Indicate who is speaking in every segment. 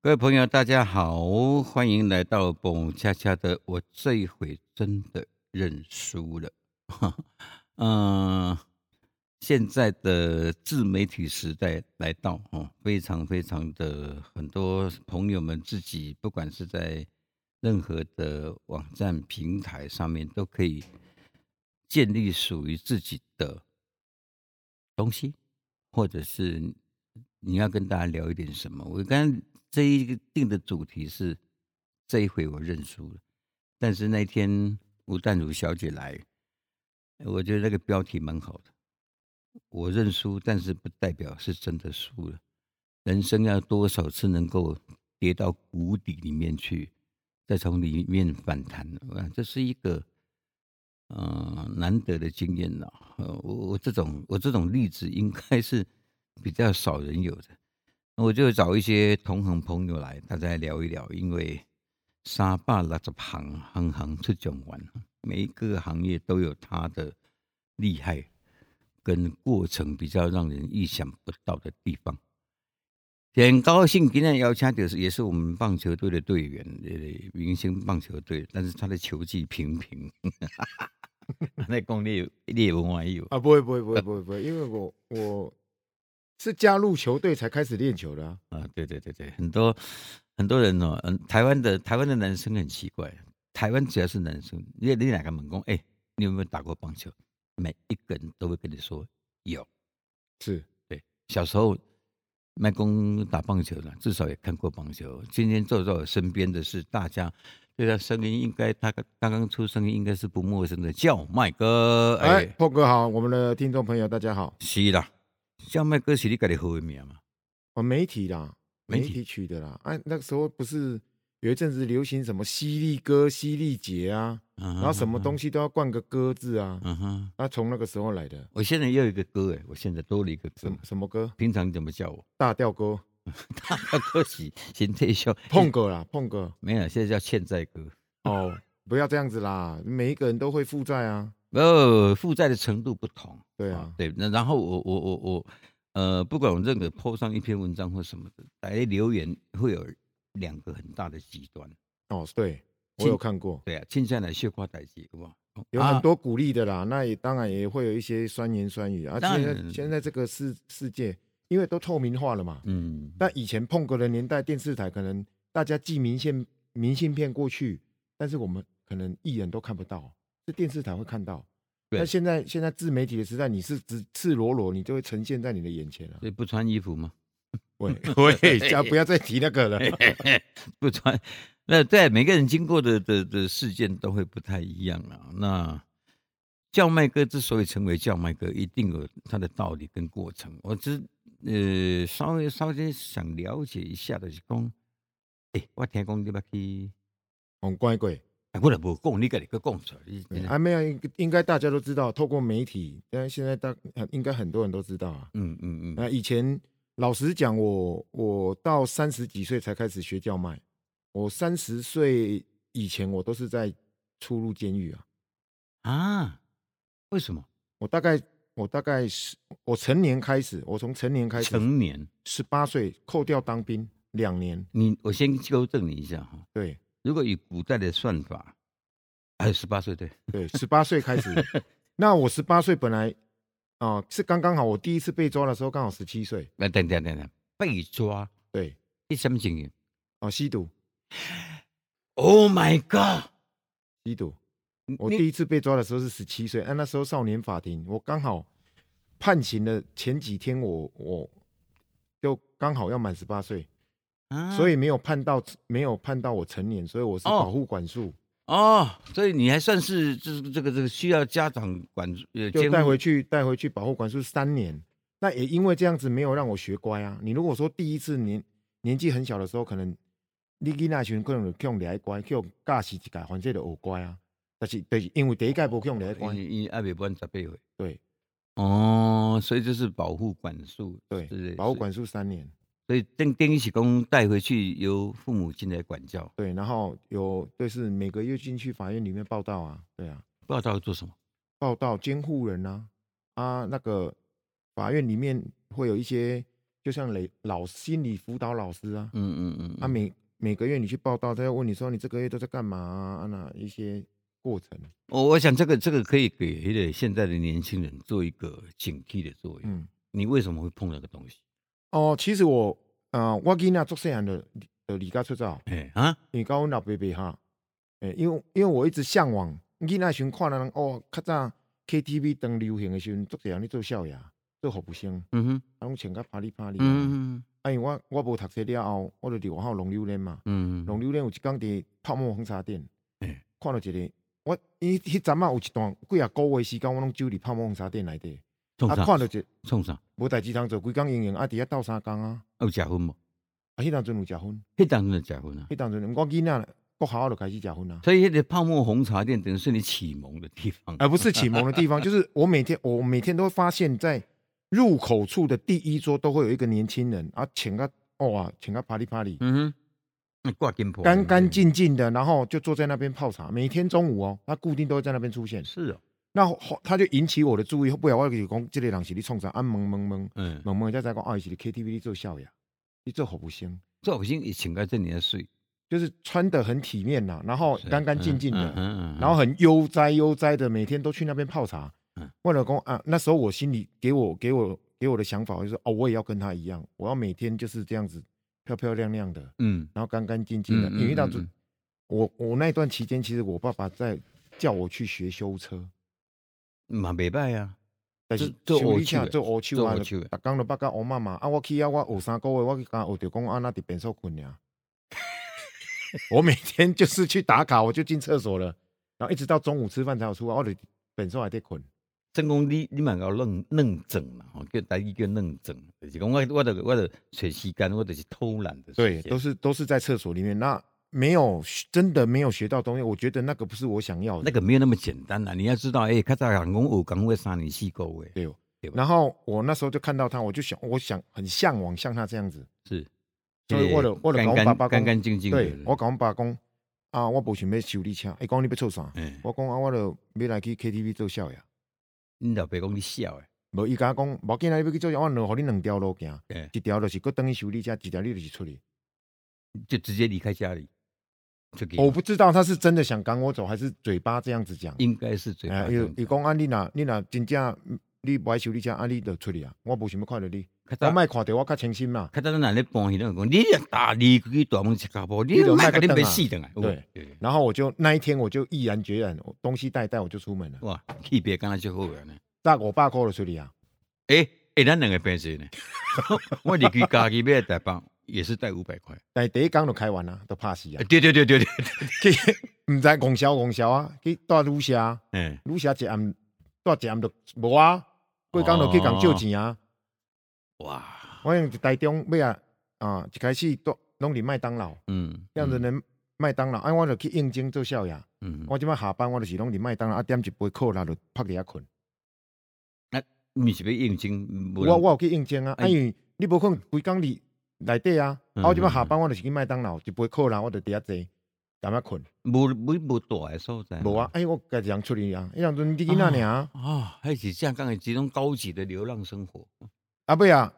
Speaker 1: 各位朋友，大家好，欢迎来到蹦恰恰的。我这一回真的认输了。 嗯、现在的自媒体时代来到哦，非常非常的很多朋友们自己，不管是在任何的网站平台上面，都可以建立属于自己的东西，或者是你要跟大家聊一点什么。我刚刚这一个定的主题是这一回我认输了，但是那天吴淡如小姐来，我觉得那个标题蛮好的。我认输，但是不代表是真的输了。人生要多少次能够跌到谷底里面去，再从里面反弹？啊，这是一个呃难得的经验了。呃，我我这种我这种例子应该是比较少人有的。我就找一些同行朋友来，大家聊一聊，因为沙坝那十行，行行出状元，每一个行业都有它的厉害跟过程比较让人意想不到的地方。很高兴今天邀请的是也是我们棒球队的队员，呃，明星棒球队，但是他的球技平平。 那功力你文玩有，
Speaker 2: 啊，不会不会不
Speaker 1: 呃
Speaker 2: 会不会不会，因为我我是加入球队才开始练球的、啊。
Speaker 1: 啊，对对对对，很多很多人哦，嗯，台湾的台湾的男生很奇怪，台湾只要是男生，你你哪个猛攻，哎、你有没有打过棒球？每一个人都会跟你说有。
Speaker 2: 是，
Speaker 1: 小时候麦公打棒球呢，至少也看过棒球。今天坐在我身边的是大家对他声音应该他刚刚出生应该是不陌生的，叫麦哥，哎、
Speaker 2: 哎，破哥好，我们的听众朋友大家好，
Speaker 1: 是啦，叫麦哥是你家己好的名嘛？
Speaker 2: 哦，媒体啦，
Speaker 1: 媒
Speaker 2: 媒
Speaker 1: 体
Speaker 2: 体取的啦。哎、那个时候不是有一阵子流行什么犀利哥、犀利姐啊，
Speaker 1: 然
Speaker 2: 然后什么东西都要冠个哥字啊，
Speaker 1: 嗯哼，
Speaker 2: 那从那个时候来的。
Speaker 1: 我现在又有一个哥哎，我现在多了一个
Speaker 2: 什
Speaker 1: 哥
Speaker 2: 么，什么歌？
Speaker 1: 平常怎么叫我？
Speaker 2: 大吊哥、
Speaker 1: 大哥是先退休，
Speaker 2: 碰哥啦，碰哥。
Speaker 1: 没有，现在叫欠债哥。
Speaker 2: 哦，不要这样子啦，每一个人都会负债啊。
Speaker 1: 呃，负债的程度不同。哦
Speaker 2: 对啊，
Speaker 1: 对，那然后我我我我，呃，不管我任何 po 上一篇文章或什么的，来留言会有两个很大的极端。
Speaker 2: 哦，对，我
Speaker 1: 亲
Speaker 2: 有看过。
Speaker 1: 对啊，亲下来血花代际，好不好？
Speaker 2: 有
Speaker 1: 啊
Speaker 2: 很多鼓励的啦，那也当然也会有一些酸言酸语啊。
Speaker 1: 当
Speaker 2: 现
Speaker 1: 然
Speaker 2: 在现在这个世世界，因为都透明化了嘛。
Speaker 1: 嗯，
Speaker 2: 那以前碰过的年代，电视台可能大家寄明信明信片过去，但是我们可能艺人都看不到，是电视台会看到。
Speaker 1: 对
Speaker 2: 那现在现在自媒体的时代，你是直赤裸裸，你就会呈现在你的眼前 了、啊
Speaker 1: 所。以不穿衣服吗？
Speaker 2: 喂喂，家 不要再提那个了。
Speaker 1: 不穿。那对每个人经过的的的事件都会不太一样啊。那叫卖哥之所以成为叫卖哥，一定有他的道理跟过程。我只呃稍微稍微想了解一下的是讲，诶、我听讲你捌去，
Speaker 2: 很哦乖乖，
Speaker 1: 啊、我若无讲，你家己个讲出来。你真的
Speaker 2: 还没有，应应该大家都知道，透过媒体，但现在大应该很多人都知道啊。
Speaker 1: 嗯嗯嗯，
Speaker 2: 那以前老实讲，我我到三十几岁才开始学叫卖，我三十岁以前我都是在出入监狱啊。
Speaker 1: 啊，为什么
Speaker 2: 我大概我大概是我成年开始，我从成年开始，
Speaker 1: 成年？
Speaker 2: 十八岁扣掉当兵两年，
Speaker 1: 你我先纠正你一下哈，
Speaker 2: 对
Speaker 1: 如果以古代的算法，还有十八岁对，
Speaker 2: 对，十八岁开始。那我十八岁本来啊、是刚刚好，我第一次被抓的时候刚好十七岁，
Speaker 1: 来等等等等，被抓。
Speaker 2: 对，
Speaker 1: 你什么情形
Speaker 2: 哦，吸毒
Speaker 1: ？Oh my god！
Speaker 2: 吸毒。我
Speaker 1: 你
Speaker 2: 第一次被抓的时候是十七岁，啊，那时候少年法庭，我刚好判刑的前几天我，我就刚好要满十八岁，
Speaker 1: 啊
Speaker 2: 所以没有判到，没有判到我成年，所以我是
Speaker 1: 哦
Speaker 2: 保护管束，
Speaker 1: 哦，所以你还算是这这个这个需要家长管呃
Speaker 2: 就
Speaker 1: 监
Speaker 2: 带
Speaker 1: 护
Speaker 2: 回去，带回去保护管束三年。那也因为这样子，没有让我学乖啊。你如果说第一次年年纪很小的时候，可能你囡仔的时候可能就用来乖，叫教是一届，反正就学乖啊。但是就是因为第一届无用来乖，
Speaker 1: 因因阿北不按十八岁。
Speaker 2: 对
Speaker 1: 哦，所以就是保护管束，是
Speaker 2: 对，保护，管束三年。
Speaker 1: 所以丁丁一起公带回去由父母亲来管教，
Speaker 2: 对，然后有就是每个月进去法院里面报道啊，对啊，
Speaker 1: 不知道他会做什么。
Speaker 2: 报道监护人啊，啊那个法院里面会有一些就像雷老心理辅导老师啊，
Speaker 1: 嗯嗯嗯，
Speaker 2: 啊每每个月你去报道，他要问你说你这个月都在干嘛啊，啊那一些过程，
Speaker 1: 我我想这个这个可以给那个现在的年轻人做一个警惕的作用。
Speaker 2: 嗯，
Speaker 1: 你为什么会碰那个东西？
Speaker 2: 哦，其实我，呃，我囡仔做细汉的，就离家出走，
Speaker 1: 哎啊，
Speaker 2: 你教阮老伯伯哈，诶、因为因为我一直向往，囡仔时阵看人哦，较早 KTV 当流行的时阵，做侪人咧做少爷，做服务生，
Speaker 1: 嗯哼，
Speaker 2: 啊，拢穿甲啪里啪里，嗯，
Speaker 1: 嗯
Speaker 2: 啊，因为我我无读册了后，我就伫外口弄榴莲嘛，
Speaker 1: 嗯
Speaker 2: 弄
Speaker 1: 嗯，
Speaker 2: 榴莲有一工伫泡沫红茶店，
Speaker 1: 嗯
Speaker 2: 看到一个，我伊迄阵啊有一段几啊个月时间，我拢住伫泡沫红茶店内底，
Speaker 1: 冲
Speaker 2: 啊，
Speaker 1: 上
Speaker 2: 看到一个
Speaker 1: 冲上，
Speaker 2: 无代志通做，规工闲闲啊，伫遐斗相共啊，
Speaker 1: 有食薰无？
Speaker 2: 啊，迄当阵有食薰，
Speaker 1: 迄当然食薰啊。
Speaker 2: 迄当阵我囡仔国校就开始食薰啊。
Speaker 1: 所以那个泡沫红茶店等于是你启蒙的地方。
Speaker 2: 啊而不是启蒙的地方，就是我每天我每天都会发现，在入口处的第一桌都会有一个年轻人啊，请个哦啊，请个啪里啪里，
Speaker 1: 嗯哼，挂金箔，
Speaker 2: 干干净净的，然后就坐在那边泡茶。每天中午哦，他固定都会在那边出现，
Speaker 1: 是哦，
Speaker 2: 那后他就引起我的注意，不了我就讲这个人是你冲啥啊，懵懵懵
Speaker 1: 嗯，
Speaker 2: 懵懵，再再讲哦，他是你 KTV 里做少爷，你做服务生，
Speaker 1: 做不行也请个这里的水，
Speaker 2: 就是穿得很体面呐、然后
Speaker 1: 是
Speaker 2: 哦干干净净的，
Speaker 1: 嗯嗯嗯嗯
Speaker 2: 然后很悠哉悠哉的，每天都去那边泡茶
Speaker 1: 嗯。
Speaker 2: 为了公啊，那时候我心里给我给我给我的想法就是哦，我也要跟他一样，我要每天就是这样子漂漂亮亮的，
Speaker 1: 嗯
Speaker 2: 然后干干净净的。
Speaker 1: 嗯嗯
Speaker 2: 因为当时
Speaker 1: 嗯嗯
Speaker 2: 我我那一段期间，其实我爸爸在叫我去学修车，
Speaker 1: 嘛袂歹啊，
Speaker 2: 但是
Speaker 1: 做做
Speaker 2: 修理
Speaker 1: 黑手
Speaker 2: 车
Speaker 1: 的
Speaker 2: 做黑手啊
Speaker 1: 做黑手的，
Speaker 2: 逐工都捌甲我妈妈啊，我去啊，我学三个月，我去甲学着讲啊，那伫便所困呀。我每天就是去打卡，我就进厕所了，然后一直到中午吃饭才有出来，我伫便所还得困。
Speaker 1: 真讲你你蛮搞愣愣整啦，吼，叫台语叫愣整，就是讲我我就我就找时间，我就是偷懒的时
Speaker 2: 对，
Speaker 1: 间，
Speaker 2: 都
Speaker 1: 是
Speaker 2: 是都是在厕所里面，那没有学真的没有学到东西，我觉得那个不是我想要的。
Speaker 1: 那个没有那么简单啦，你要知道，哎，较早人讲有讲会三年四个月，
Speaker 2: 对
Speaker 1: 对吧
Speaker 2: 然后我那时候就看到他，我就想，我想很向往像他这样子，
Speaker 1: 是，
Speaker 2: 所以
Speaker 1: 哎
Speaker 2: 我就我就
Speaker 1: 干
Speaker 2: 跟我
Speaker 1: 干
Speaker 2: 爸爸讲
Speaker 1: 干干净净的，
Speaker 2: 对我跟我爸讲啊，我不想要修理车，伊讲你要做啥？
Speaker 1: 嗯，
Speaker 2: 我讲啊，我就要来去 KTV 做宵夜。
Speaker 1: 你老爸讲你笑诶，
Speaker 2: 无伊甲我讲，无紧啊，你要去做宵夜，我两互你两条路行
Speaker 1: 哎，
Speaker 2: 一条就是搁等去修理车，一条你就是出去。
Speaker 1: 就直接离开家里，出去，
Speaker 2: 我不知道他是真的想赶我走，还是嘴巴这样子讲。
Speaker 1: 应该是嘴巴
Speaker 2: 哎，
Speaker 1: 这样
Speaker 2: 伊伊
Speaker 1: 讲，
Speaker 2: 讲啊，你若你若真正你无爱修理车，啊，你就出去啊，我无想要看到你，
Speaker 1: 较
Speaker 2: 我
Speaker 1: 早
Speaker 2: 莫看到我较清新嘛。
Speaker 1: 较早咱若咧搬戏，咱就讲你若打离开大门一脚步，你
Speaker 2: 你就
Speaker 1: 莫甲
Speaker 2: 莫再
Speaker 1: 你
Speaker 2: 回
Speaker 1: 别
Speaker 2: 来
Speaker 1: 死哦等来。有
Speaker 2: 对
Speaker 1: 对，
Speaker 2: 然后我就那一天我就毅然决然，我东西带带我就出门了，
Speaker 1: 哇，区别敢若就好个呢。
Speaker 2: 搭五百块就出去啊。
Speaker 1: 诶诶，咱两个平 时呢，我离开家己买台包也是带五百块。
Speaker 2: 但是第一天就开完啦，都拍死啊
Speaker 1: 诶！对对对对对，
Speaker 2: 去，毋知公销公销啊，去带女侠，
Speaker 1: 嗯，
Speaker 2: 女侠一暗带一暗就无啊，过工就去共借钱
Speaker 1: 哦
Speaker 2: 啊。
Speaker 1: 哇，
Speaker 2: 我用台中尾啊，啊一开始都拢伫麦当劳，
Speaker 1: 嗯，
Speaker 2: 这样子
Speaker 1: 嗯，
Speaker 2: 呢麦当劳，啊我就去应征做少爷。
Speaker 1: 嗯，
Speaker 2: 我即摆下班我就是拢伫麦当劳啊点一杯可乐就趴伫遐困。
Speaker 1: 你嗯是要应征，无
Speaker 2: 我我有去应征啊，
Speaker 1: 哎
Speaker 2: 啊因为你无可能规工伫内底啊，
Speaker 1: 嗯
Speaker 2: 啊我即摆下班我就是去麦当劳一杯可乐，我就伫遐坐，踮遐困。
Speaker 1: 无无无大诶所在，
Speaker 2: 无啊，。哎我家己人出去啊，迄当阵你囡仔尔，
Speaker 1: 啊，还是这样讲的，这种高级的流浪生活，
Speaker 2: 啊尾啊，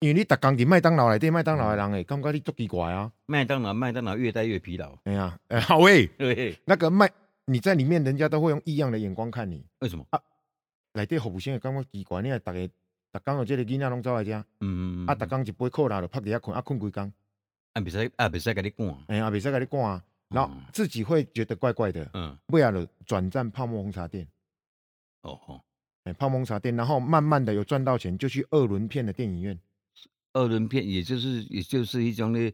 Speaker 2: 因为你逐工伫麦当劳内底，麦当劳诶人会感觉你足奇怪啊，
Speaker 1: 麦当劳麦当劳越待越疲劳，
Speaker 2: 哎呀，哎好喂，
Speaker 1: 对，
Speaker 2: 那个麦你在里面，人家都会用异样的眼光看你，啊
Speaker 1: 为什么？
Speaker 2: 内底服务生会感觉奇怪，你啊逐个逐工有即个囡仔拢走来遮，啊
Speaker 1: 嗯，
Speaker 2: 逐工一杯可乐就趴伫遐困，啊困规工，
Speaker 1: 啊，袂使啊，袂使甲你讲，
Speaker 2: 哎呀，袂使甲你讲啊。然后
Speaker 1: 嗯
Speaker 2: 自己会觉得怪怪的，
Speaker 1: 嗯，
Speaker 2: 尾啊，就转战泡沫红茶店，
Speaker 1: 哦吼，
Speaker 2: 哎、泡沫红茶店，然后慢慢的有赚到钱，就去二轮片的电影院，
Speaker 1: 二轮片也就是也就是一种咧，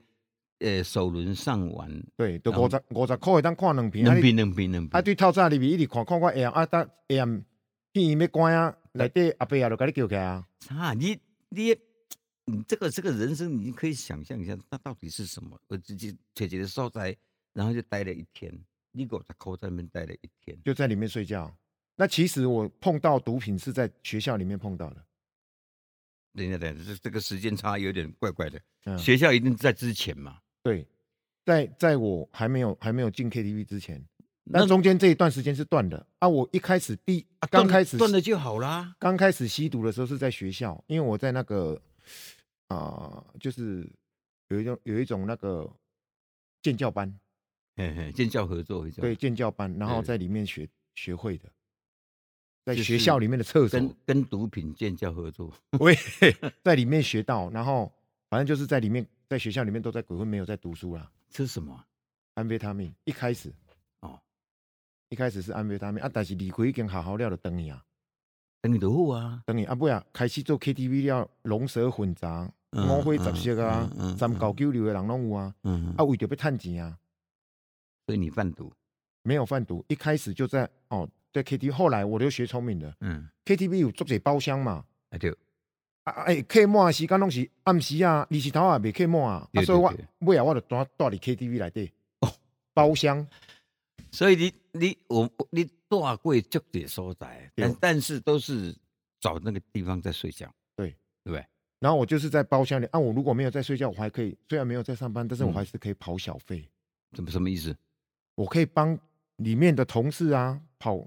Speaker 1: 呃，首轮上完，
Speaker 2: 对，就
Speaker 1: 然后
Speaker 2: 五十五十块会当看哦两片，
Speaker 1: 两
Speaker 2: 啊你
Speaker 1: 边两边两
Speaker 2: 啊
Speaker 1: 边，
Speaker 2: 对透早入去一直看，看看下暗啊，搭下暗电影要关啊，内底阿伯啊就甲你叫起来啊，
Speaker 1: 啊，你你你这个这个人生，你可以想象一下，那到底是什么？我自己找一个所在，然后就待了一天，你给我在口在那边待了一天，
Speaker 2: 就在里面睡觉。那其实我碰到毒品是在学校里面碰到的，
Speaker 1: 等一下等一下，这这个时间差有点怪怪的，
Speaker 2: 嗯，
Speaker 1: 学校一定在之前嘛，
Speaker 2: 对，在在我还没有还没有进 KTV 之前，
Speaker 1: 那
Speaker 2: 但中间这一段时间是断的啊，我一开始第一
Speaker 1: 啊
Speaker 2: 刚
Speaker 1: 断
Speaker 2: 开始
Speaker 1: 断了就好啦，
Speaker 2: 刚开始吸毒的时候是在学校，因为我在那个啊、就是有一种有一种那个建教班，
Speaker 1: 嘿嘿，建教合作，
Speaker 2: 对，，建教班，然后
Speaker 1: 对
Speaker 2: 在里面学学会的，在
Speaker 1: 就
Speaker 2: 学校
Speaker 1: 是
Speaker 2: 里面的厕所
Speaker 1: 跟，跟毒品建教合作，
Speaker 2: 我也在里面学到，然后反正就是在里面，在学校里面都在鬼混，没有在读书啦。
Speaker 1: 吃什么啊？
Speaker 2: 安非他命一开始
Speaker 1: 哦，
Speaker 2: 一开始是安非他命啊，但是离开已经好好了就等你啊，
Speaker 1: 等你的货啊，
Speaker 2: 等你啊，不呀，开始做 KTV 了，龙蛇混杂，
Speaker 1: 嗯
Speaker 2: 五花十色啊
Speaker 1: 嗯嗯，嗯
Speaker 2: 三九九流的人拢有啊，
Speaker 1: 嗯，
Speaker 2: 啊，为着要趁钱啊，
Speaker 1: 所以你贩毒，
Speaker 2: 没有贩毒，一开始就在哦，在 KTV，后来我就学聪明了
Speaker 1: 嗯，
Speaker 2: ，KTV 有足侪包厢嘛，
Speaker 1: 啊对，
Speaker 2: 啊啊，哎，客满的时间拢是暗时啊，二时头啊，未客满啊，啊，
Speaker 1: 对
Speaker 2: 所以我
Speaker 1: 对对
Speaker 2: 尾啊，我就带带伫 KTV 内底，
Speaker 1: 哦
Speaker 2: 包厢，
Speaker 1: 所以你你我你大过就得所在，
Speaker 2: 对
Speaker 1: 但但是都是找那个地方在睡觉，
Speaker 2: 对
Speaker 1: 对不对？
Speaker 2: 然后我就是在包厢里，啊，我如果没有在睡觉，我还可以，虽然没有在上班，但是
Speaker 1: 嗯
Speaker 2: 我还是可以跑小费，
Speaker 1: 怎么什么意思
Speaker 2: 我可以帮里面的同事啊跑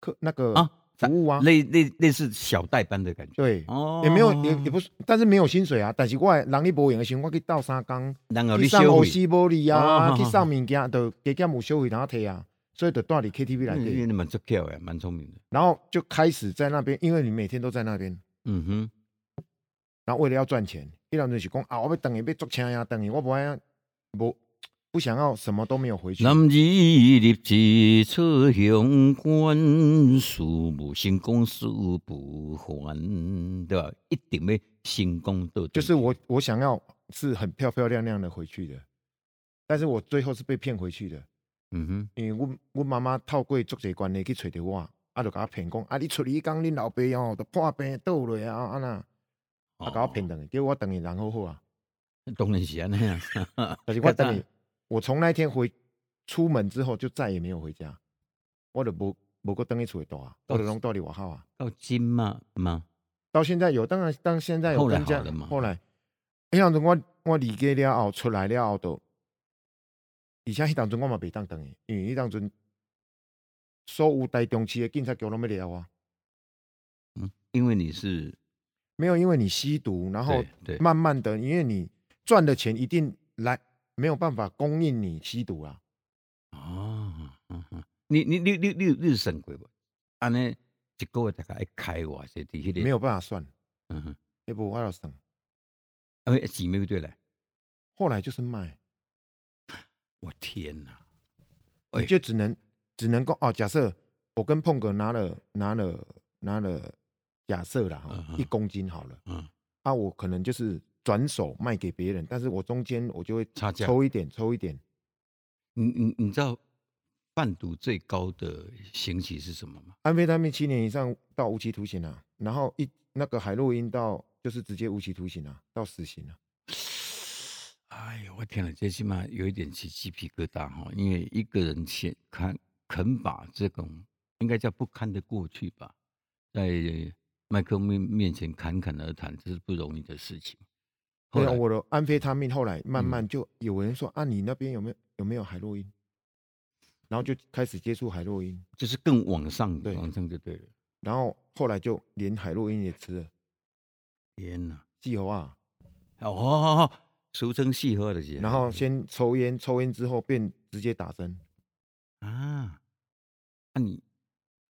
Speaker 2: 客那个
Speaker 1: 啊？
Speaker 2: 服务啊，
Speaker 1: 类类类似小代班的感觉，
Speaker 2: 对，
Speaker 1: 哦，
Speaker 2: 也没有也也不是，但是没有薪水啊，但是我的人力无用的时候，我去斗三工。
Speaker 1: 然后哦
Speaker 2: 去
Speaker 1: 你
Speaker 2: 送
Speaker 1: 消
Speaker 2: 乌
Speaker 1: 费，
Speaker 2: 西玻璃啊，
Speaker 1: 哦
Speaker 2: 去送物件，都加减有消费，然后摕啊，所以就带你 KTV 来
Speaker 1: 嗯
Speaker 2: 底，
Speaker 1: 你蛮出票的，蛮聪明的，
Speaker 2: 然后就开始在那边，因为你每天都在那边，
Speaker 1: 嗯哼，
Speaker 2: 然后为了要赚钱，一两就是讲啊，我要等你，要做车呀，等你，我不爱，不不想要什么都没有回去，
Speaker 1: 男儿立志出乡关，事无成功事不还，对吧？一定要成功到底
Speaker 2: 就是我我想要是很漂漂亮亮的回去的，但是我最后是被骗回去的，
Speaker 1: 嗯哼，
Speaker 2: 因为我我妈妈透过足侪关系去找着我，啊，就甲我骗讲，啊，你出去讲恁老爸哦，就破病倒落啊，啊那，
Speaker 1: 哦
Speaker 2: 啊，甲我骗等去，结果我等去人好好啊。
Speaker 1: 当然是安尼啊，
Speaker 2: 但是我等你，我从那一天回出门之后就再也没有回家，我就无无个等去厝里住啊，
Speaker 1: 到
Speaker 2: 我就拢住伫外口啊。
Speaker 1: 到今嘛嘛，
Speaker 2: 到现在有，当然，当现在有
Speaker 1: 后来
Speaker 2: 跟家
Speaker 1: 好了嘛
Speaker 2: 后来，迄当阵我我离家了后出来了后就，而且迄当阵我嘛袂当等伊，因为迄当阵所有台中市的警察局拢要抓我，
Speaker 1: 因为你是
Speaker 2: 没有因为你吸毒，然后
Speaker 1: 对对，
Speaker 2: 慢慢的，因为你赚的钱一定来没有办法供应你吸毒啊，
Speaker 1: 哦，嗯嗯你你你你你有你有算过无？安尼一个月大概要开偌济伫迄个
Speaker 2: 没，有办法算，
Speaker 1: 嗯哼，
Speaker 2: 要不我要算。
Speaker 1: 啊，钱没有对来，
Speaker 2: 后来就是卖，
Speaker 1: 我天哪，哎
Speaker 2: 你就只能只能够哦。假设我跟碰哥拿了拿了拿了，假设啦
Speaker 1: 嗯
Speaker 2: 哈，
Speaker 1: 哼
Speaker 2: 一公斤好了，
Speaker 1: 嗯，
Speaker 2: 啊，我可能就是转手卖给别人，但是我中间我就会
Speaker 1: 差价
Speaker 2: 抽一点抽一点，
Speaker 1: 你你你知道贩毒最高的刑期是什么吗？
Speaker 2: 安非他命七年以上到无期徒刑啊，然后一那个海洛因到就是直接无期徒刑啊，到死刑啊。
Speaker 1: 哎呦，我天哪，这起码有一点起鸡皮疙瘩哈，因为一个人肯肯肯把这种应该叫不堪的过去吧，在麦克面面前侃侃而谈，这是不容易的事情。后
Speaker 2: 对啊，
Speaker 1: 来嗯
Speaker 2: 我的安非他命后来慢慢就有人说、啊，你那边有没有有没有海洛因？然后就开始接触海洛因。
Speaker 1: 就是更往上，
Speaker 2: 对
Speaker 1: 往上就对了。
Speaker 2: 然后后来就连海洛因也吃了，
Speaker 1: 天哪！
Speaker 2: 忌口啊，
Speaker 1: 哦哦，哦俗称戏喝的姐。
Speaker 2: 然后先抽烟，抽烟之后便直接打针，
Speaker 1: 啊，那、你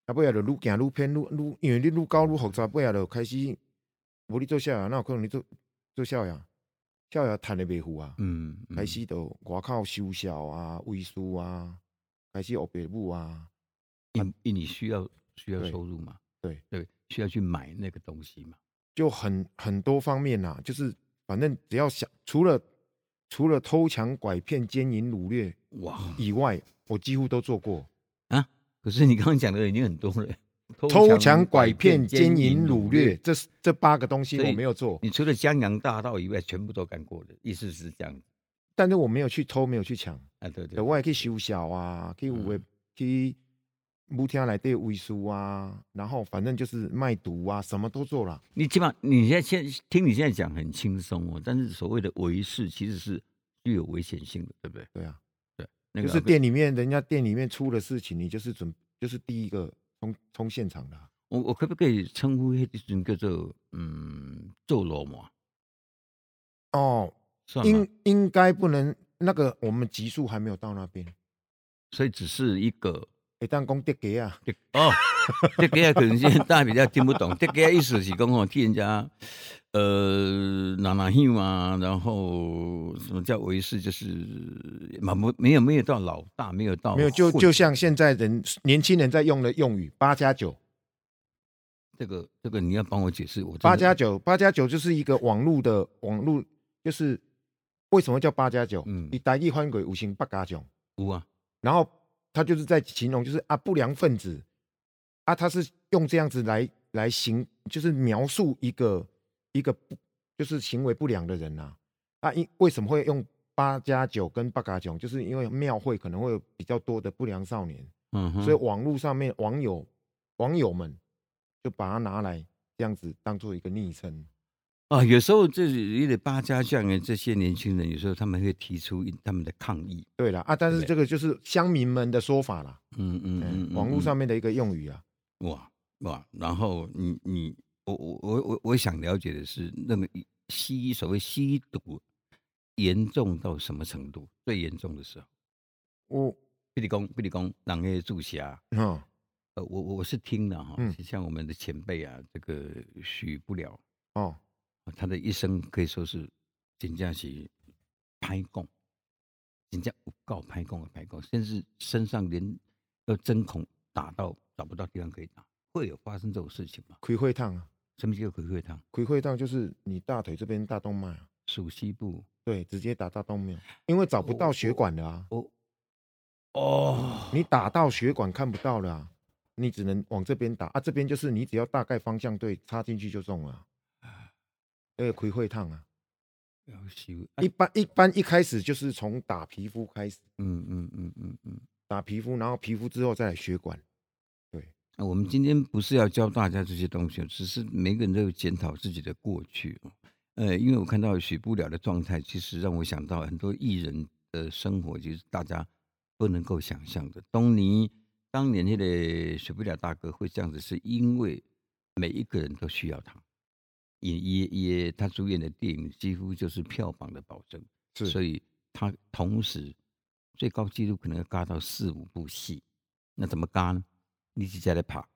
Speaker 2: 啊，尾仔就愈行愈偏，愈愈因为你愈高愈复杂，尾仔就开始无你做少爷，哪有可能你做做少爷？少爷趁的袂赴啊，
Speaker 1: 嗯，嗯
Speaker 2: 开始就外口收销啊、威输啊，开始学爸母啊，
Speaker 1: 因因你需要需要
Speaker 2: 对
Speaker 1: 收入嘛？
Speaker 2: 对
Speaker 1: 对，需要去买那个东西嘛？
Speaker 2: 就很很多方面呐、就是反正只要想，除了除了偷抢拐骗、奸淫掳掠
Speaker 1: 哇！
Speaker 2: 以外，我几乎都做过。
Speaker 1: 啊可是你刚刚讲的已经很多了，
Speaker 2: 偷抢、拐骗、奸淫、掳掠，，这是这八个东西
Speaker 1: 所以
Speaker 2: 我没有做，
Speaker 1: 你除了江洋大盗以外，全部都干过了，意思是这样子
Speaker 2: 但是我没有去偷，没有去抢，
Speaker 1: 啊？对对
Speaker 2: 对，我也去修小啊，去有的去舞厅来对威书啊，然后反正就是卖毒啊，什么都做了。
Speaker 1: 你起码你现在现听你现在讲很轻松哦，但是所谓的违事其实是具有危险性的，对不对？
Speaker 2: 对啊，
Speaker 1: 那
Speaker 2: 就
Speaker 1: 个
Speaker 2: 是
Speaker 1: 啊
Speaker 2: 店里面人家店里面出了事情，你就是准就是第一个冲冲现场的啊、
Speaker 1: 我我可不可以称呼迄阵叫做嗯做罗嘛？
Speaker 2: 哦，
Speaker 1: 算吗
Speaker 2: 应？应该不能那个我们级数还没有到那边，
Speaker 1: 所以只是一个
Speaker 2: 一旦讲得给啊，
Speaker 1: 哦，这个可能现在大家比较听不懂。这个意思是讲哦，替人家呃拿拿兴啊，然后什么叫维士，就是嘛没没有没有到老大，没有到
Speaker 2: 没有就
Speaker 1: 混
Speaker 2: 就像现在人年轻人在用的用语八加九，
Speaker 1: 这个这个你要帮我解释，我真的
Speaker 2: 八加九八加九就是一个网络的网络，就是为什么叫八加九？
Speaker 1: 嗯
Speaker 2: 你单一翻鬼五行八加九，
Speaker 1: 有啊，
Speaker 2: 然后他就是在形容就是啊不良分子啊，他是用这样子来来形，就是描述一个一个不就是行为不良的人呐、啊。啊，因为什么会用八加九跟八加九？就是因为庙会可能会有比较多的不良少年，
Speaker 1: 嗯哼，
Speaker 2: 所以网络上面网友网友们就把它拿来这样子当做一个昵称。
Speaker 1: 啊，有时候这有点八家将的这些年轻人，有时候他们会提出一他们的抗议，
Speaker 2: 对了啊，但是
Speaker 1: 对
Speaker 2: 这个就是乡民们的说法啦，
Speaker 1: 嗯嗯嗯
Speaker 2: 嗯，
Speaker 1: 嗯，
Speaker 2: 网络上面的一个用语啊。
Speaker 1: 嗯哇哇，然后你你我我我我我想了解的是，那么吸所谓吸毒严重到什么程度？最严重的时候，
Speaker 2: 我，
Speaker 1: 比利公比利公，人的住侠，
Speaker 2: 嗯，
Speaker 1: 呃，我我是听了哈
Speaker 2: 嗯，
Speaker 1: 像我们的前辈啊，这个许不了，
Speaker 2: 哦，
Speaker 1: 他的一生可以说是真正是拍供，真正有够拍供的拍供，甚至身上连要针孔打到找不到地方可以打，会有发生这种事情吗？
Speaker 2: 葵会烫啊，
Speaker 1: 什么叫回馈汤？
Speaker 2: 葵会烫就是你大腿这边大动脉啊，
Speaker 1: 属西部
Speaker 2: 对，直接打大动脉，啊因为找不到血管了啊，
Speaker 1: 哦哦，
Speaker 2: 你打到血管看不到了啊，你只能往这边打啊，这边就是你只要大概方向对，插进去就中了啊，对，葵会烫啊。
Speaker 1: 要修，
Speaker 2: 一般一般一开始就是从打皮肤开始，
Speaker 1: 嗯嗯嗯嗯嗯。
Speaker 2: 打皮肤，然后皮肤之后再来血管。
Speaker 1: 那我们今天不是要教大家这些东西，哦只是每个人都有检讨自己的过去哦。呃，因为我看到许不了的状态，其实让我想到很多艺人的生活，其实大家不能够想象的。东尼当年那个许不了大哥会这样子，是因为每一个人都需要他，也也也，他主演的电影几乎就是票房的保证，
Speaker 2: 是
Speaker 1: 所以他同时最高纪录可能要嘎到四五部戏，那怎么嘎呢？你只在来爬。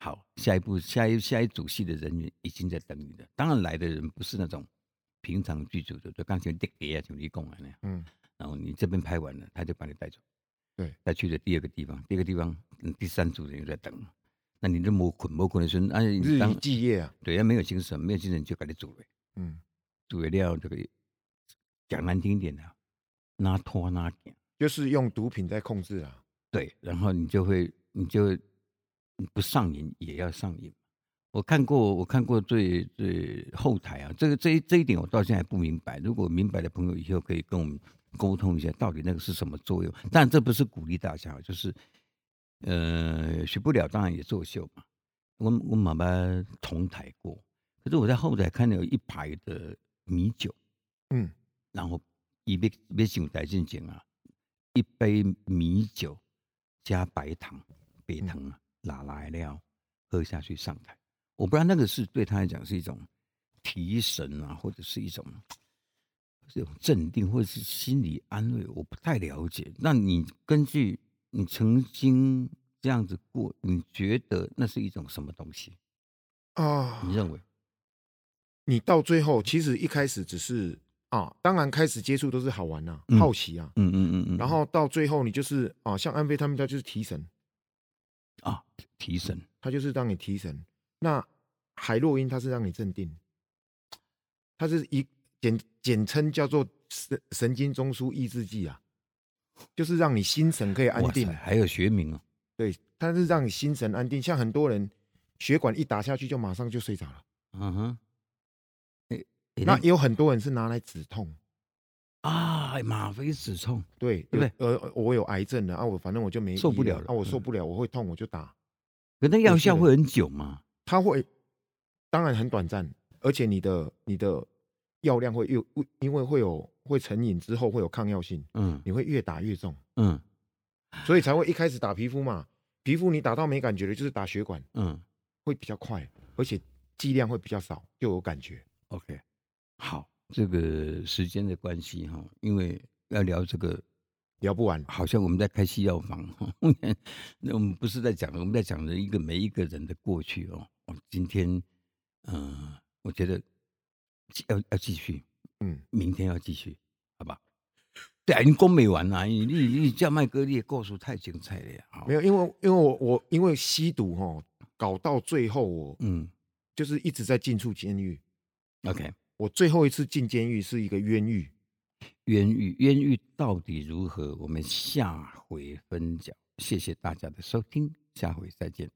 Speaker 1: 好，下一步下一下一组戏的人员已经在等你了。当然来的人不是那种平常剧组的，就刚才滴给啊，就你讲完了，
Speaker 2: 嗯，
Speaker 1: 然后你这边拍完了，他就把你带走，
Speaker 2: 对，
Speaker 1: 带去了第二个地方，第二个地方，嗯第三组人又在等，那你就没捆没捆的时候，哎，
Speaker 2: 日
Speaker 1: 你
Speaker 2: 以
Speaker 1: 当
Speaker 2: 继夜啊。
Speaker 1: 对啊，没有精神，没有精神就给你煮了，
Speaker 2: 嗯，
Speaker 1: 煮了了这个讲难听一点啊，拿拖拿行。
Speaker 2: 就是用毒品在控制啊。
Speaker 1: 对，然后你就会，你就你不上瘾也要上瘾。我看过，我看过最最后台啊，这个这一这一点我到现在还不明白。如果明白的朋友以后可以跟我们沟通一下，到底那个是什么作用？但这不是鼓励大家，啊就是呃，学不了当然也作秀嘛。我我妈妈同台过，可是我在后台看到有一排的米酒，
Speaker 2: 嗯，
Speaker 1: 然后伊要要上台进前啊，一杯米酒加白糖，白
Speaker 2: 嗯
Speaker 1: 糖啊，拿来了喝下去上台。我不知道那个是对他来讲是一种提神啊，或者是一种是一种镇定，或者是心理安慰，我不太了解。那你根据你曾经这样子过，你觉得那是一种什么东西？
Speaker 2: 啊
Speaker 1: 你认为？
Speaker 2: 你到最后其实一开始只是啊，当然开始接触都是好玩呐、
Speaker 1: 嗯
Speaker 2: 好奇啊。
Speaker 1: 嗯嗯嗯嗯
Speaker 2: 然后到最后你就是啊，像安非他们家就是提神，
Speaker 1: 啊，提神
Speaker 2: 它就是让你提神。那海洛因它是让你镇定，它是一简简称叫做神神经中枢抑制剂啊，就是让你心神可以安
Speaker 1: 哇塞
Speaker 2: 定。啊
Speaker 1: 还有学名哦。
Speaker 2: 对，它是让你心神安定。像很多人血管一打下去就马上就睡着了，
Speaker 1: 嗯哼，诶诶
Speaker 2: 那也有很多人是拿来止痛。
Speaker 1: 啊，吗啡止痛，
Speaker 2: 对，
Speaker 1: 对不
Speaker 2: 有呃，我有癌症了啊，我反正我就没
Speaker 1: 受
Speaker 2: 医
Speaker 1: 不了了
Speaker 2: 啊，
Speaker 1: 嗯
Speaker 2: 我受不了，我会痛，我就打。
Speaker 1: 可那药
Speaker 2: 是
Speaker 1: 效
Speaker 2: 的
Speaker 1: 会很久吗？
Speaker 2: 它会，当然很短暂，而且你的你的药量会越，因为会有会成瘾之后会有抗药性，
Speaker 1: 嗯
Speaker 2: 你会越打越重，
Speaker 1: 嗯
Speaker 2: 所以才会一开始打皮肤嘛，皮肤你打到没感觉的，就是打血管
Speaker 1: 嗯
Speaker 2: 会比较快，而且剂量会比较少，就有感觉。
Speaker 1: ，OK，好，这个时间的关系哈，因为要聊这个，
Speaker 2: 聊不完。
Speaker 1: 好像我们在开西药房 哈，那我们不是在讲，我们在讲的一个每一个人的过去哦。我今天，嗯，我觉得要要继续，
Speaker 2: 嗯，
Speaker 1: 明天要继续，好吧？对啊，你讲没完啊！你你你叫麦哥，你的故事太精彩了呀！哦
Speaker 2: 没有，因为因为我我因为吸毒哈，搞到最后我
Speaker 1: 嗯
Speaker 2: 就是一直在进出监狱。
Speaker 1: ，OK，
Speaker 2: 我最后一次进监狱是一个冤狱，
Speaker 1: 冤狱冤狱到底如何？我们下回分讲。谢谢大家的收听，下回再见。